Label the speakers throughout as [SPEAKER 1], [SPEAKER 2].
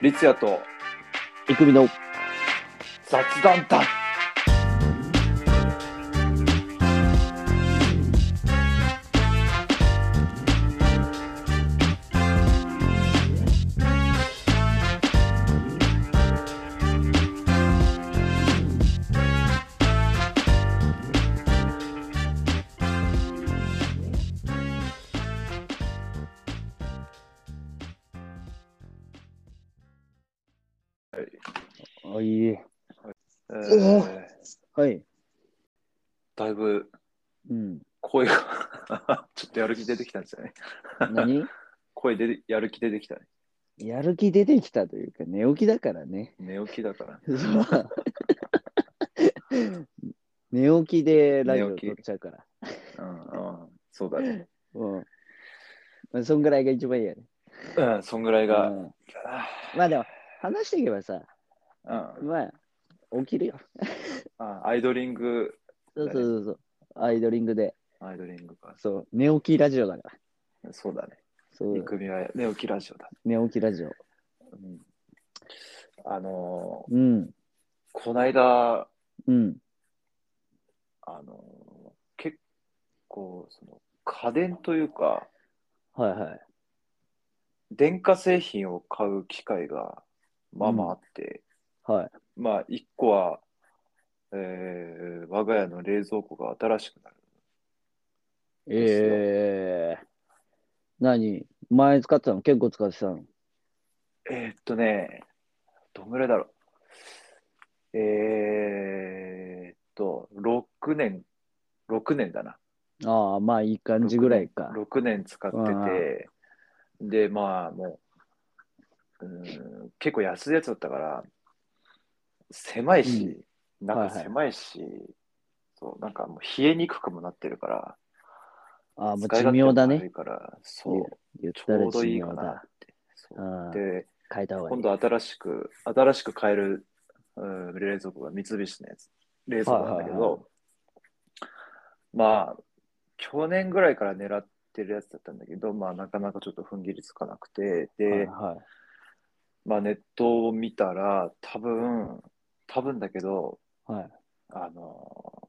[SPEAKER 1] 律也と
[SPEAKER 2] いくみの
[SPEAKER 1] 雑談だ
[SPEAKER 2] はい。
[SPEAKER 1] え
[SPEAKER 2] お
[SPEAKER 1] ー、
[SPEAKER 2] はい。
[SPEAKER 1] だいぶ
[SPEAKER 2] うん。
[SPEAKER 1] 声が ちょっとやる気出てきたんですよね。
[SPEAKER 2] 何
[SPEAKER 1] 声出てやる気出てきたね。
[SPEAKER 2] やる気出てきたというか、寝起きだからね。
[SPEAKER 1] 寝起きだから。
[SPEAKER 2] そう寝起きでラジオ撮っちゃうから。
[SPEAKER 1] うんうん、そうだね。
[SPEAKER 2] うん。まあ、そんぐらいが一番いいよね。
[SPEAKER 1] うん、そんぐらいが。
[SPEAKER 2] うんまあでも、話していけばさ、
[SPEAKER 1] うん、あ
[SPEAKER 2] まあ、起きるよ。
[SPEAKER 1] アイドリング、
[SPEAKER 2] そうそうそうそう。アイドリングで、
[SPEAKER 1] アイドリングか。
[SPEAKER 2] そう、寝起きラジオだから。
[SPEAKER 1] そうだね。
[SPEAKER 2] そう
[SPEAKER 1] い、くみは寝起きラジオだ。
[SPEAKER 2] 寝起きラジオ。
[SPEAKER 1] うん、あのー、
[SPEAKER 2] うん。
[SPEAKER 1] こないだ、
[SPEAKER 2] うん。
[SPEAKER 1] あのー結構その家電というか
[SPEAKER 2] はいはい。
[SPEAKER 1] 電化製品を買う機会がまあまああって、
[SPEAKER 2] はい。
[SPEAKER 1] まあ1個は、えー我が家の冷蔵庫が新しくなる
[SPEAKER 2] ええ何前使ってたの結構使ってたの
[SPEAKER 1] えーっとねどんぐらいだろうえーっと6年6年だな
[SPEAKER 2] ああ、まあいい感じぐらいか。
[SPEAKER 1] 6年使ってて、で、まあもう、うーん、結構安いやつだったから、狭いし、なん
[SPEAKER 2] はい
[SPEAKER 1] か
[SPEAKER 2] はい
[SPEAKER 1] 狭いし、そう、なんかもう冷えにくくもなってるから、
[SPEAKER 2] ああ、もう
[SPEAKER 1] 使い
[SPEAKER 2] 寿
[SPEAKER 1] 勝手
[SPEAKER 2] 命
[SPEAKER 1] も
[SPEAKER 2] だ
[SPEAKER 1] 悪
[SPEAKER 2] ね。
[SPEAKER 1] いから、そう、
[SPEAKER 2] 言っ
[SPEAKER 1] ち
[SPEAKER 2] たら
[SPEAKER 1] ょうど
[SPEAKER 2] 寿
[SPEAKER 1] いい
[SPEAKER 2] 命
[SPEAKER 1] かなっ
[SPEAKER 2] だ。
[SPEAKER 1] て。そう
[SPEAKER 2] ああ
[SPEAKER 1] で、
[SPEAKER 2] 変えた方がい
[SPEAKER 1] 今
[SPEAKER 2] い。
[SPEAKER 1] 度新しく、新しく買える、うん、冷蔵庫が三菱のやつ、冷蔵庫なんだけど、
[SPEAKER 2] はいはい
[SPEAKER 1] まあ、去年ぐらいから狙ってるやつだったんだけど、まあ、なかなかちょっと踏ん切りつかなくて、で、
[SPEAKER 2] はいはい
[SPEAKER 1] まあ、ネットを見たら、多分、多分だけど、
[SPEAKER 2] はい。
[SPEAKER 1] あの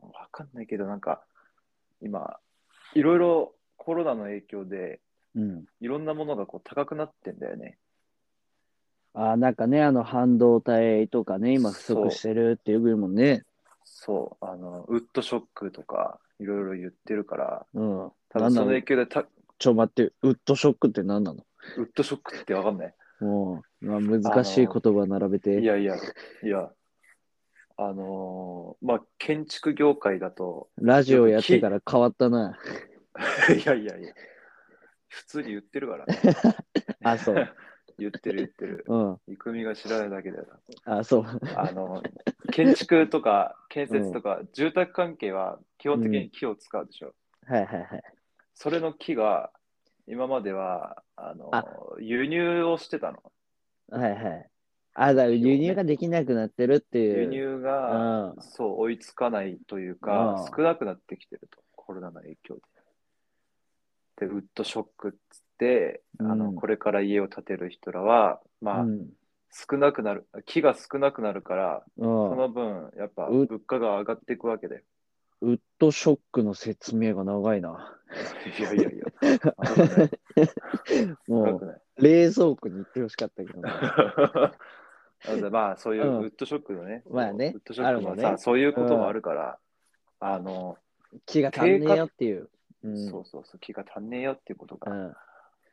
[SPEAKER 1] ーわかんないけど、なんか、今、いろいろコロナの影響で、
[SPEAKER 2] うん。
[SPEAKER 1] いろんなものがこう高くなってんだよね。
[SPEAKER 2] ああ、なんかね、あの半導体とかね、今不足してるっていうもんね。
[SPEAKER 1] そう、あの、ウッドショックとか、いろいろ言ってるから、
[SPEAKER 2] うん。
[SPEAKER 1] 多
[SPEAKER 2] な
[SPEAKER 1] 分
[SPEAKER 2] ん
[SPEAKER 1] そ
[SPEAKER 2] な
[SPEAKER 1] の
[SPEAKER 2] の
[SPEAKER 1] 影響でた、ウ
[SPEAKER 2] ちょ待って、ウッドショックって何なの
[SPEAKER 1] ッドショックってわかんない。
[SPEAKER 2] もう、まあ、難しい言葉並べ
[SPEAKER 1] い
[SPEAKER 2] て。
[SPEAKER 1] やいや、いや、あのーまあ、建築業界だと、
[SPEAKER 2] ラジオやってから変わったな。
[SPEAKER 1] いやいやいや、普通に言ってるから、
[SPEAKER 2] あ、そう。
[SPEAKER 1] 言ってる言ってる。
[SPEAKER 2] うん。
[SPEAKER 1] 育みが知らないだけだよ
[SPEAKER 2] あ、そう。
[SPEAKER 1] な。あの、建築とか建設とか住宅関係は基本的に木を使うでしょ。
[SPEAKER 2] はいはいはい。
[SPEAKER 1] それの木が今まではあの
[SPEAKER 2] あ
[SPEAKER 1] 輸入をしてたの。
[SPEAKER 2] はいはい。あ、だから輸入ができなくなってるっていう。
[SPEAKER 1] 輸入
[SPEAKER 2] う
[SPEAKER 1] が、
[SPEAKER 2] ん。
[SPEAKER 1] そう追いつかないというか、
[SPEAKER 2] うん
[SPEAKER 1] 少なくなってきてると、コロナの影響で。で、ウッドショックっつって、あ
[SPEAKER 2] う
[SPEAKER 1] の
[SPEAKER 2] ん
[SPEAKER 1] これから家を建てる人らは、まあ、
[SPEAKER 2] うん
[SPEAKER 1] 少なくなる、木が少なくなるから、
[SPEAKER 2] うん
[SPEAKER 1] その分、やっぱ
[SPEAKER 2] う
[SPEAKER 1] 物価が上がっていくわけだよ。
[SPEAKER 2] ウッドショックの説明が長いな。
[SPEAKER 1] いやいやいや、高くない
[SPEAKER 2] も
[SPEAKER 1] 高
[SPEAKER 2] う
[SPEAKER 1] くない。
[SPEAKER 2] 冷蔵庫に行ってほしかったけど な。
[SPEAKER 1] なのでまあ、そういう
[SPEAKER 2] うん
[SPEAKER 1] ウッドショックのね、
[SPEAKER 2] まあね
[SPEAKER 1] ウッドショック
[SPEAKER 2] あ
[SPEAKER 1] も
[SPEAKER 2] る
[SPEAKER 1] さ、
[SPEAKER 2] もんね
[SPEAKER 1] そういうこともあるから、あの、
[SPEAKER 2] 気が足んねえよっていう。うん
[SPEAKER 1] そうそうそう、気が足んねえよっていうこと
[SPEAKER 2] う
[SPEAKER 1] が、
[SPEAKER 2] ん、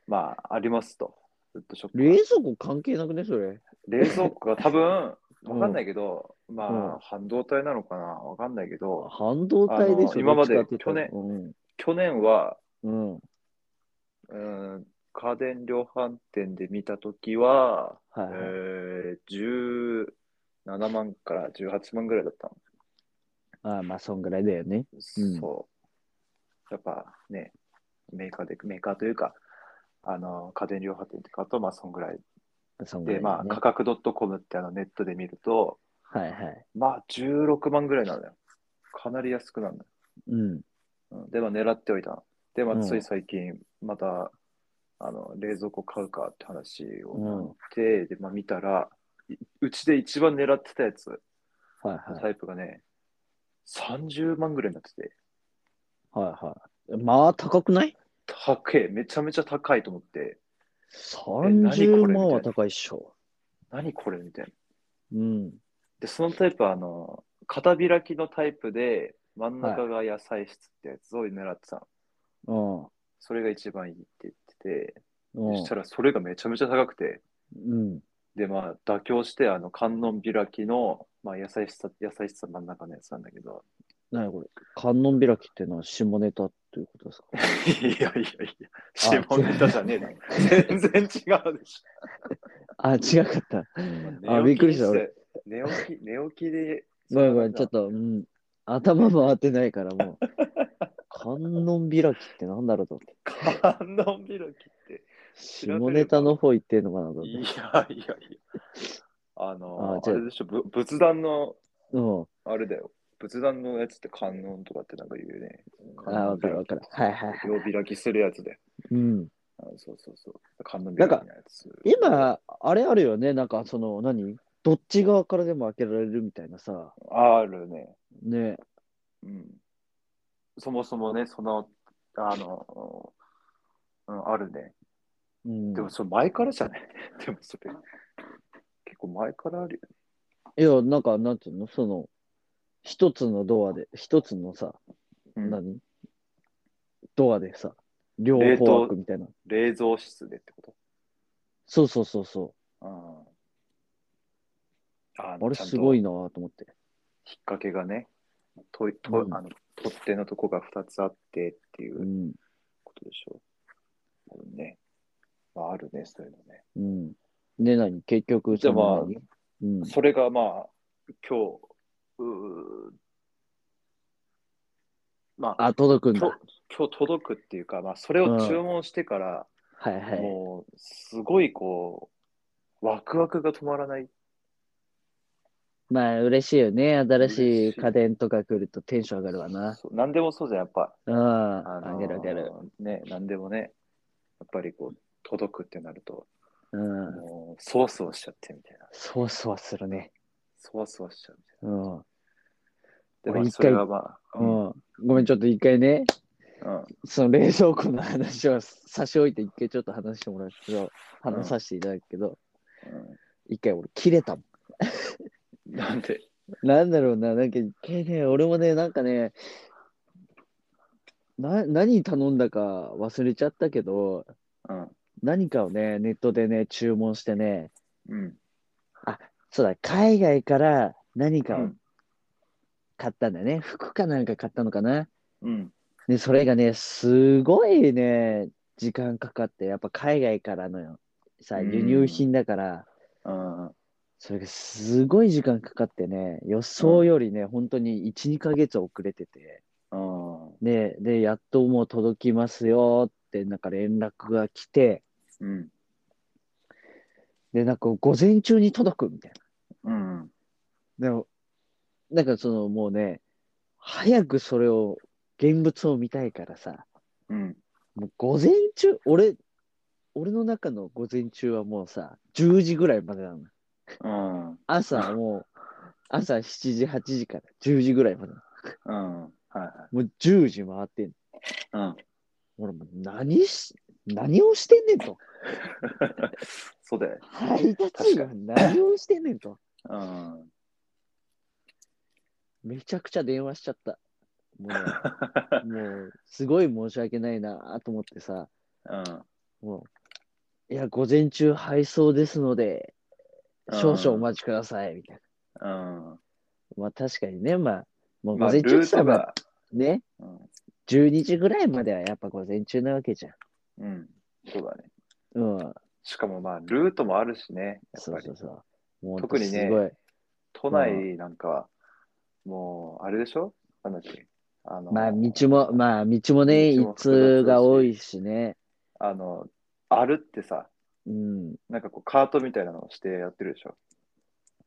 [SPEAKER 1] まあ、ありますと。ウッドショックは
[SPEAKER 2] 冷蔵庫関係なくね、それ。
[SPEAKER 1] 冷蔵庫が多 分、
[SPEAKER 2] うん
[SPEAKER 1] わかんないけど、まあ、
[SPEAKER 2] うん
[SPEAKER 1] 半導体なのかなわかんないけど、
[SPEAKER 2] 半導体でしょ、
[SPEAKER 1] あの今まで
[SPEAKER 2] どっちかっていうと
[SPEAKER 1] 去年は、
[SPEAKER 2] うん。うん。
[SPEAKER 1] うん、家電量販店で見たときは、
[SPEAKER 2] はいはい、
[SPEAKER 1] えー、17万から18万ぐらいだったの。
[SPEAKER 2] ああまあ、そんぐらいだよね。うん
[SPEAKER 1] そう。やっぱね、メーカーで、メーカーというか、あの家電量販店とかと、まあ、そんぐらい
[SPEAKER 2] そんぐら
[SPEAKER 1] で、
[SPEAKER 2] いだ
[SPEAKER 1] ま
[SPEAKER 2] よ
[SPEAKER 1] あ、
[SPEAKER 2] ね
[SPEAKER 1] 価格 .com ってあのネットで見ると、
[SPEAKER 2] はいはい。
[SPEAKER 1] まあ、16万ぐらいなのよ。かなり安くなるのよ。
[SPEAKER 2] うん。
[SPEAKER 1] うん、で、まあ、狙っておいたの。で、ま
[SPEAKER 2] う
[SPEAKER 1] あ、
[SPEAKER 2] ん
[SPEAKER 1] つい最近、また、あの、冷蔵庫買うかって話を
[SPEAKER 2] うん。は
[SPEAKER 1] で、で、まあ、見たら、いうちで一番狙ってたやつ、
[SPEAKER 2] いはい。
[SPEAKER 1] タイプがね、30万ぐらいになってて、
[SPEAKER 2] はいはい。まあ、高くない
[SPEAKER 1] 高え、めちゃめちゃ高いと思って、
[SPEAKER 2] ?30 万は高いっしょ。
[SPEAKER 1] 何これみたいな。
[SPEAKER 2] うん。
[SPEAKER 1] で、そのタイプは、あの、片開きのタイプで、真ん中が野菜室ってやつを狙ってたの。
[SPEAKER 2] うん。う
[SPEAKER 1] それが一番いいって言ってて、そ
[SPEAKER 2] ん
[SPEAKER 1] したらそれがめちゃめちゃ高くて、
[SPEAKER 2] うん。
[SPEAKER 1] で、まあ、妥協して、あの、観音開きの、まあ、野菜室、野菜室は真ん中のやつなんだけ ど、
[SPEAKER 2] なにこれ。観音開きっていうのは下ネタっていうことですか
[SPEAKER 1] いやいやいや、下ネタじゃねえ な。全然違うでしょ。
[SPEAKER 2] あ、違かった。
[SPEAKER 1] ま
[SPEAKER 2] あ、びっくりした。俺。。
[SPEAKER 1] 寝 起き、寝起きで。
[SPEAKER 2] ごめんごめん、ちょっ
[SPEAKER 1] と。
[SPEAKER 2] と、うん。頭回ってないからもう。観音開きってなんだろうと思って。
[SPEAKER 1] 観音開きって。
[SPEAKER 2] 下ネタの方行ってんのかなと思っ
[SPEAKER 1] い
[SPEAKER 2] て
[SPEAKER 1] やいやいや。あの
[SPEAKER 2] あ
[SPEAKER 1] あ、
[SPEAKER 2] じゃあ
[SPEAKER 1] れでしょ、ぶ仏壇の、
[SPEAKER 2] うん。
[SPEAKER 1] あれだよ。仏壇のやつって観音とかってなんか言うね。
[SPEAKER 2] あ、わかるわかる。はいはいはい。
[SPEAKER 1] 曜開きするやつで。
[SPEAKER 2] うん。
[SPEAKER 1] あそうそうそう。観音開きのやつ。
[SPEAKER 2] 今、あれあるよね。なんか、その、何どっち側からでも開けられるみたいなさ。
[SPEAKER 1] あるね。
[SPEAKER 2] ね。
[SPEAKER 1] うんそもそもね、その、あの、うん、あるね。
[SPEAKER 2] うん。
[SPEAKER 1] でもそれ前からじゃない でもそれ、結構前からあるよね。
[SPEAKER 2] いや、なんか、なんていうのその、一つのドアで、一つのさ、
[SPEAKER 1] うん
[SPEAKER 2] 何ドアでさ、両
[SPEAKER 1] 冷凍
[SPEAKER 2] 方開くみたいな。
[SPEAKER 1] 冷蔵室でってこ
[SPEAKER 2] そうそうそうそ
[SPEAKER 1] とうん。あ
[SPEAKER 2] う。あれすご
[SPEAKER 1] い。
[SPEAKER 2] いなぁと思って。
[SPEAKER 1] 引っ掛けがね、とと
[SPEAKER 2] うん。
[SPEAKER 1] あの取っ手のとこが2つあってっていううんことでしょう。多分ね。まあ、あるね、そういうのね。
[SPEAKER 2] うん。で、何結局、
[SPEAKER 1] じゃあまあ
[SPEAKER 2] その何うん。
[SPEAKER 1] それがまあ、今日、うーまあ、
[SPEAKER 2] あ、届くん
[SPEAKER 1] 今
[SPEAKER 2] だ
[SPEAKER 1] 日。今日届くっていうか、まあ、それを注文してから、
[SPEAKER 2] はいはい。
[SPEAKER 1] もうすごいこうワクワクが止まらない
[SPEAKER 2] まあ、嬉しいよね。新し
[SPEAKER 1] 嬉
[SPEAKER 2] い
[SPEAKER 1] しい
[SPEAKER 2] 家電とか来るとテンション上がるわな。
[SPEAKER 1] そう何でもそうじゃんやっぱ、
[SPEAKER 2] うん。
[SPEAKER 1] あ
[SPEAKER 2] あ
[SPEAKER 1] のー
[SPEAKER 2] げるあげる。
[SPEAKER 1] ね何でもねやっぱりこう届くってなると
[SPEAKER 2] うん。
[SPEAKER 1] もうそわそわしちゃってみたいな
[SPEAKER 2] そわそわするね。
[SPEAKER 1] そわそわしちゃうみたい
[SPEAKER 2] うん。
[SPEAKER 1] なで
[SPEAKER 2] 俺
[SPEAKER 1] まあ
[SPEAKER 2] 一
[SPEAKER 1] そ
[SPEAKER 2] 回
[SPEAKER 1] れはまあ
[SPEAKER 2] うん。ごめん、ちょっと一回ね、
[SPEAKER 1] うん
[SPEAKER 2] その冷蔵庫の話は差し置いて一回ちょっと話してもらうけ
[SPEAKER 1] う
[SPEAKER 2] ど、
[SPEAKER 1] ん
[SPEAKER 2] 話させていただくけど、一回俺切れたもん。
[SPEAKER 1] うんなんで
[SPEAKER 2] なんだろうな、なんか一回ね、俺もね、なんかね、な何頼んだか忘れちゃったけど、
[SPEAKER 1] うん
[SPEAKER 2] 何かをね、ネットでね、注文してね、
[SPEAKER 1] うん
[SPEAKER 2] そうだ、海外から何か
[SPEAKER 1] う
[SPEAKER 2] を
[SPEAKER 1] ん
[SPEAKER 2] 買ったんだよね。服かなんか買ったのかな。
[SPEAKER 1] うん
[SPEAKER 2] で、それがね、すごいね、時間かかって、やっぱ海外からのよさ、
[SPEAKER 1] うん
[SPEAKER 2] 輸入品だから、
[SPEAKER 1] うん
[SPEAKER 2] それがすごい時間かかってね、予想よりね、本当に1、2ヶ月遅れてて、
[SPEAKER 1] うん
[SPEAKER 2] で、で、やっともう届きますよって、なんか連絡が来て、
[SPEAKER 1] うん
[SPEAKER 2] で、なんか午前中に届くみたい
[SPEAKER 1] うん
[SPEAKER 2] な。でも、なんかそのもうね、早くそれを、現物を見たいからさ、
[SPEAKER 1] うん
[SPEAKER 2] もう午前中、俺、俺の中の午前中はもうさ、10時ぐらいまでなの。
[SPEAKER 1] うん
[SPEAKER 2] 朝もう、朝7時、8時から10時ぐらいまでな
[SPEAKER 1] うんはいはい
[SPEAKER 2] の。もう10時回ってんの。
[SPEAKER 1] うん
[SPEAKER 2] 俺もう何し、何をしてんねんと。
[SPEAKER 1] そうだよ
[SPEAKER 2] 配達員が何をしてんねんと。
[SPEAKER 1] うん
[SPEAKER 2] めちゃくちゃ電話しちゃった。も う、もう、すごい申し訳ないなと思ってさ、
[SPEAKER 1] う
[SPEAKER 2] もう、いや、午前中配送ですので、
[SPEAKER 1] ん
[SPEAKER 2] 少々お待ちください、みたいな。
[SPEAKER 1] うん
[SPEAKER 2] まあ確かにね、まあ、もう
[SPEAKER 1] まあ、
[SPEAKER 2] 午前
[SPEAKER 1] ル
[SPEAKER 2] 中っ
[SPEAKER 1] ー
[SPEAKER 2] て言
[SPEAKER 1] ト
[SPEAKER 2] ったら
[SPEAKER 1] が、
[SPEAKER 2] ね、
[SPEAKER 1] うん
[SPEAKER 2] 12時ぐらいまではやっぱ午前中なわけじゃん。
[SPEAKER 1] うん、そうだね。
[SPEAKER 2] うん、
[SPEAKER 1] しかもまあ、ルートもあるしね、やっ
[SPEAKER 2] そ
[SPEAKER 1] ぱ
[SPEAKER 2] う
[SPEAKER 1] り
[SPEAKER 2] そうそう。もう
[SPEAKER 1] 特にね
[SPEAKER 2] すごい。
[SPEAKER 1] 都内なんかは、もう、あれでしょなんだっけあの、
[SPEAKER 2] まあ道も、まあ道もね、
[SPEAKER 1] 道
[SPEAKER 2] 一
[SPEAKER 1] も
[SPEAKER 2] 通が多いしね。
[SPEAKER 1] あの、あるってさ、
[SPEAKER 2] うん。
[SPEAKER 1] なんかこう、カートみたいなのをしてやってるでしょ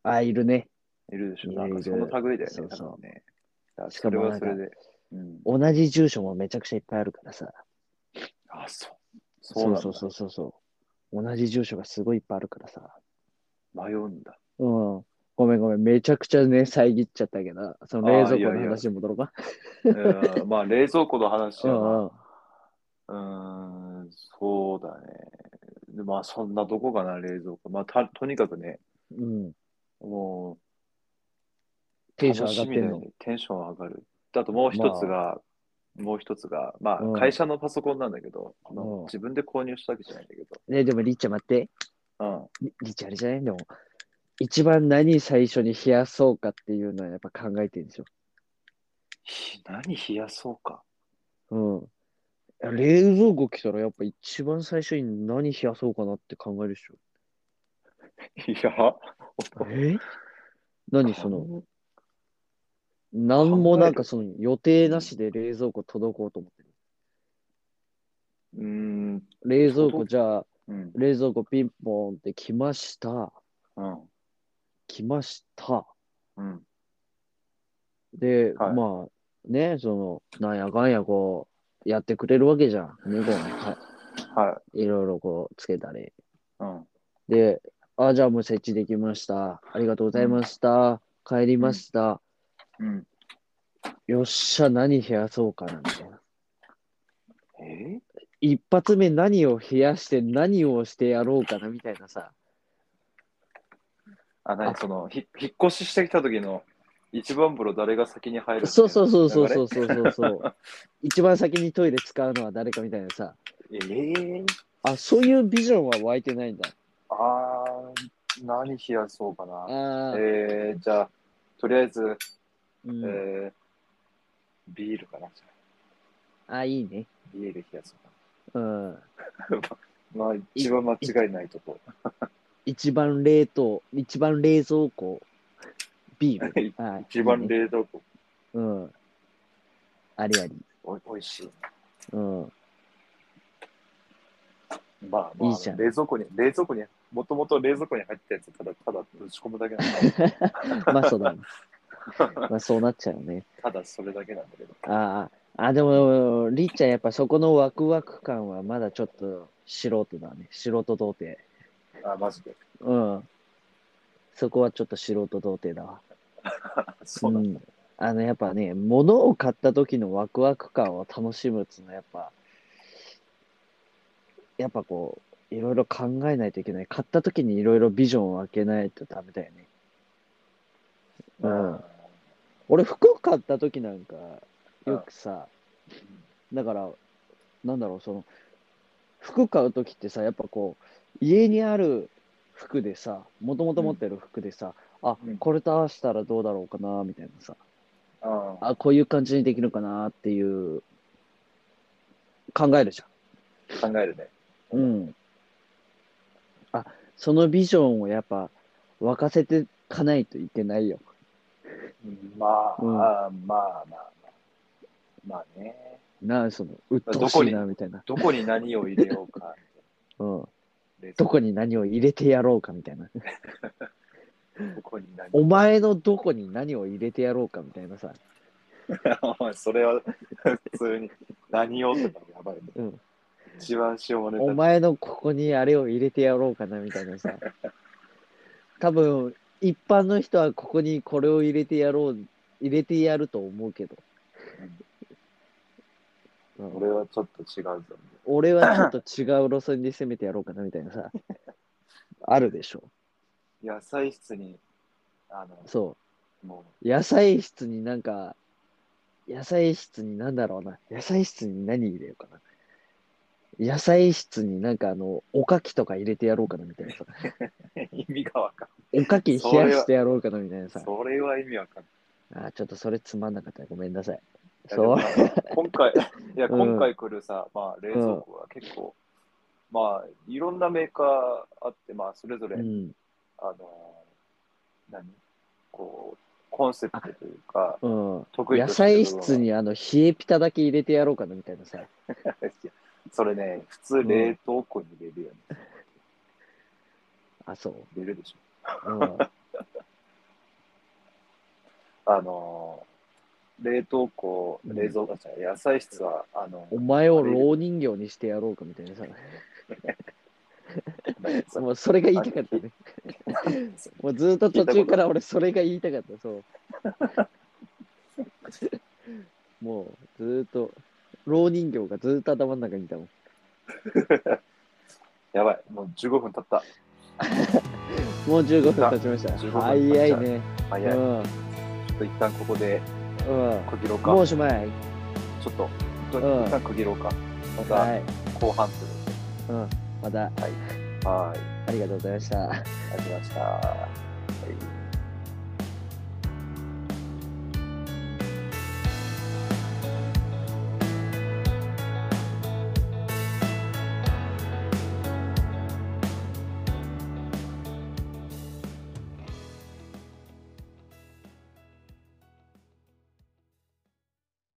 [SPEAKER 2] あ、いるね。
[SPEAKER 1] いるでしょ
[SPEAKER 2] いる
[SPEAKER 1] なんかその類だよね、
[SPEAKER 2] そうそう
[SPEAKER 1] 多分ね。だから
[SPEAKER 2] し
[SPEAKER 1] そ
[SPEAKER 2] か
[SPEAKER 1] れ
[SPEAKER 2] も
[SPEAKER 1] はそれで。うん、
[SPEAKER 2] 同じ住所もめちゃくちゃいっぱいあるからさ。
[SPEAKER 1] あ、そう。そうなんだ
[SPEAKER 2] そうそうそうそう。同じ住所がすごいいっぱいあるからさ。
[SPEAKER 1] 迷うんだ。
[SPEAKER 2] うん。ごめんごめん。めちゃくちゃね、遮っちゃったけど、その冷蔵庫の話に戻ろうか。
[SPEAKER 1] うんまあ、冷蔵庫の話
[SPEAKER 2] う
[SPEAKER 1] や
[SPEAKER 2] んうん
[SPEAKER 1] な。うーん、そうだね。でまあ、そんなとこかな、冷蔵庫。まあ、たとにかくね、
[SPEAKER 2] うん。
[SPEAKER 1] もう、
[SPEAKER 2] テンション上がって
[SPEAKER 1] 楽
[SPEAKER 2] ん
[SPEAKER 1] しみだよ
[SPEAKER 2] の。
[SPEAKER 1] ねテンション上がる。あともう一つが、もう一つが、ま
[SPEAKER 2] うん
[SPEAKER 1] あ、会社のパソコンなんだけど、まあ
[SPEAKER 2] うん
[SPEAKER 1] 自分で購入したわけじゃないんだけ
[SPEAKER 2] ね、でも、りっちゃん待って。
[SPEAKER 1] ど、
[SPEAKER 2] りりっちゃんあれじゃないでも、一番何最初に冷やそうかっていうのはやっぱ考えてるんですよ。
[SPEAKER 1] ひ何冷やそうか。
[SPEAKER 2] うん。いや冷蔵庫来たらやっぱ一番最初に何冷やそうかなって考えるでしょ。
[SPEAKER 1] いや、
[SPEAKER 2] え何その、
[SPEAKER 1] の、
[SPEAKER 2] 何も
[SPEAKER 1] 考える
[SPEAKER 2] なんかその予定なしで冷蔵庫届こうと思ってる。
[SPEAKER 1] うーん、
[SPEAKER 2] 冷蔵庫
[SPEAKER 1] 届く
[SPEAKER 2] じゃあ、
[SPEAKER 1] うん、
[SPEAKER 2] 冷蔵庫ピンポンって来ました。
[SPEAKER 1] うん、
[SPEAKER 2] 来ました。
[SPEAKER 1] うん、
[SPEAKER 2] で、
[SPEAKER 1] はい
[SPEAKER 2] まあね、その、なんやかんやこう、やってくれるわけじゃん。猫がね、は
[SPEAKER 1] はい
[SPEAKER 2] ろいろこう、つけたり。
[SPEAKER 1] い、うん、
[SPEAKER 2] で、あ、じゃあもう設置できました。ありがとうございました。帰りました。
[SPEAKER 1] うん。
[SPEAKER 2] よっしゃ、何冷やそうかな、みたいな。
[SPEAKER 1] え
[SPEAKER 2] 一発目何を冷やして何をしてやろうかな、みたいなさ。
[SPEAKER 1] あ、何
[SPEAKER 2] あ
[SPEAKER 1] その、ひ引っ越ししてきた時の一番風呂誰が先に入る
[SPEAKER 2] そうそうそうそう
[SPEAKER 1] う。
[SPEAKER 2] そうそうそうそう。一番先にトイレ使うのは誰かみたいなさ。
[SPEAKER 1] えー、
[SPEAKER 2] あ、そういうビジョンは湧いてないんだ。
[SPEAKER 1] あー、何冷やそうかな。
[SPEAKER 2] ああ、
[SPEAKER 1] えー、じゃあ、とりあえず、
[SPEAKER 2] うん
[SPEAKER 1] えー、ビールかな。
[SPEAKER 2] あ、いいね。
[SPEAKER 1] ビール冷やそう
[SPEAKER 2] うん。
[SPEAKER 1] かな。まあ、一番間違いないとこ。
[SPEAKER 2] 一番冷凍、一番冷蔵庫、ビール。はい
[SPEAKER 1] 一番冷蔵庫、
[SPEAKER 2] うん。ありあり。
[SPEAKER 1] おいおいしい。
[SPEAKER 2] うん。
[SPEAKER 1] まあ、まあ、
[SPEAKER 2] いいじゃん
[SPEAKER 1] 冷蔵庫に、冷蔵庫に、もともと冷蔵庫に入ったやつ、ただ、ただぶち込むだけなん だ。
[SPEAKER 2] まあそう だね。まあそうなっちゃうよね。
[SPEAKER 1] ただそれだけなんだけど。
[SPEAKER 2] ああ、あ、でも、りっちゃんやっぱそこのワクワク感はまだちょっと素人だね。素人童貞。
[SPEAKER 1] あ、マジで。
[SPEAKER 2] うん。そこはちょっと素人童貞だわ。
[SPEAKER 1] そうなんだ。
[SPEAKER 2] ん。あの、やっぱね、物を買った時のワクワク感を楽しむっていうのは、やっぱ、やっぱこう、いろいろ考えないといけない。買った時にいろいろビジョンを分けないとダメだよね。うん
[SPEAKER 1] あ
[SPEAKER 2] 俺、服を買った時なんか、よくさ、だから、なんだろう、その、服買う時ってさ、やっぱこう、家にある服でさ、もともと持ってる服でさ、あ
[SPEAKER 1] うん、
[SPEAKER 2] これと合わせたらどうだろうかな、みたいなさ。
[SPEAKER 1] ーあ
[SPEAKER 2] あ、こういう感じにできるかなっていう、考えるじ
[SPEAKER 1] ー、考えるね。
[SPEAKER 2] ゃん。うん。あ、そのビジョンをやっぱ沸かせてかないといけないよ。
[SPEAKER 1] まあ、
[SPEAKER 2] うん
[SPEAKER 1] あーまあまあまあ。まあね。
[SPEAKER 2] な、その、うっと
[SPEAKER 1] ど
[SPEAKER 2] うし
[SPEAKER 1] こ
[SPEAKER 2] い
[SPEAKER 1] に
[SPEAKER 2] な、みたいな。
[SPEAKER 1] どこに何を入れよ うか。
[SPEAKER 2] うん。
[SPEAKER 1] 冷蔵
[SPEAKER 2] ど
[SPEAKER 1] 庫
[SPEAKER 2] こに何を入れてやろうか、みたいな。
[SPEAKER 1] どこに何
[SPEAKER 2] お前のどこに何を入れてやろうか、みたいなさ。
[SPEAKER 1] お前 それは普通に何をとかやばいね。
[SPEAKER 2] うん。
[SPEAKER 1] 一番塩もネ
[SPEAKER 2] お
[SPEAKER 1] タ。
[SPEAKER 2] 前のここにあれを入れてやろうかな、みたいなさ。多分、一般の人はここにこれを入れてやろう、入れてやると思うけど。うん
[SPEAKER 1] 俺はちょっと違うぞ。
[SPEAKER 2] 俺はちょっと違う路線で攻めてやろうかなみたいなさ、あるでしょ。
[SPEAKER 1] 野菜室に、あの、
[SPEAKER 2] そ
[SPEAKER 1] も
[SPEAKER 2] う。野菜室になんか、野菜室になんだろうな。野菜室に何入れようかな。野菜室になんかあの、おかきとか入れてやろうかなみたいなさ。
[SPEAKER 1] う意味がわかん
[SPEAKER 2] おかき冷やしてやろうかなみたいな
[SPEAKER 1] な
[SPEAKER 2] さ
[SPEAKER 1] い。。それは意味わかんない。
[SPEAKER 2] あーちょっとそれつまんなかったらごめんなさい。
[SPEAKER 1] いや
[SPEAKER 2] そう。
[SPEAKER 1] でもなんか今回、いや、
[SPEAKER 2] うん
[SPEAKER 1] 今回来るさ、まあ、冷蔵庫は結構、まあ、いろんなメーカーあって、まあ、それぞれ、
[SPEAKER 2] うん。
[SPEAKER 1] あの何こう、コンセプトというか、
[SPEAKER 2] うん。
[SPEAKER 1] 得意
[SPEAKER 2] 野
[SPEAKER 1] としてる
[SPEAKER 2] 菜
[SPEAKER 1] 部分は
[SPEAKER 2] 室にあの、冷えピタだけ入れてやろうかなみたいなさ。
[SPEAKER 1] いやそれね、普通冷凍庫に入れるよね。
[SPEAKER 2] あ、そう。
[SPEAKER 1] 入れるでしょ。
[SPEAKER 2] うん。
[SPEAKER 1] あの冷凍庫、
[SPEAKER 2] うん
[SPEAKER 1] 冷蔵庫、じゃない野菜室は、あの、
[SPEAKER 2] お前を老人形にしてやろうかみたいなさ。
[SPEAKER 1] なんかさ
[SPEAKER 2] もうそれが言いたかったね。もうずっと途中から俺それが言いたかった、 そう。もうずっと、老人形がずっと頭の中にいたもん。
[SPEAKER 1] やばい、もう15分経った。
[SPEAKER 2] もう15分経ちました。
[SPEAKER 1] 15分
[SPEAKER 2] 早いね。う
[SPEAKER 1] 早い。ちょ
[SPEAKER 2] ん。
[SPEAKER 1] っと一旦ここで
[SPEAKER 2] うん。
[SPEAKER 1] 区切ろうか。
[SPEAKER 2] もうおしまい。
[SPEAKER 1] ちょっと、本当に一旦区切ろうか。ま
[SPEAKER 2] は
[SPEAKER 1] た
[SPEAKER 2] い。
[SPEAKER 1] 後半というこ
[SPEAKER 2] うん。また、
[SPEAKER 1] とで。はい。
[SPEAKER 2] ありがとうございました。
[SPEAKER 1] ありがとうございました。はい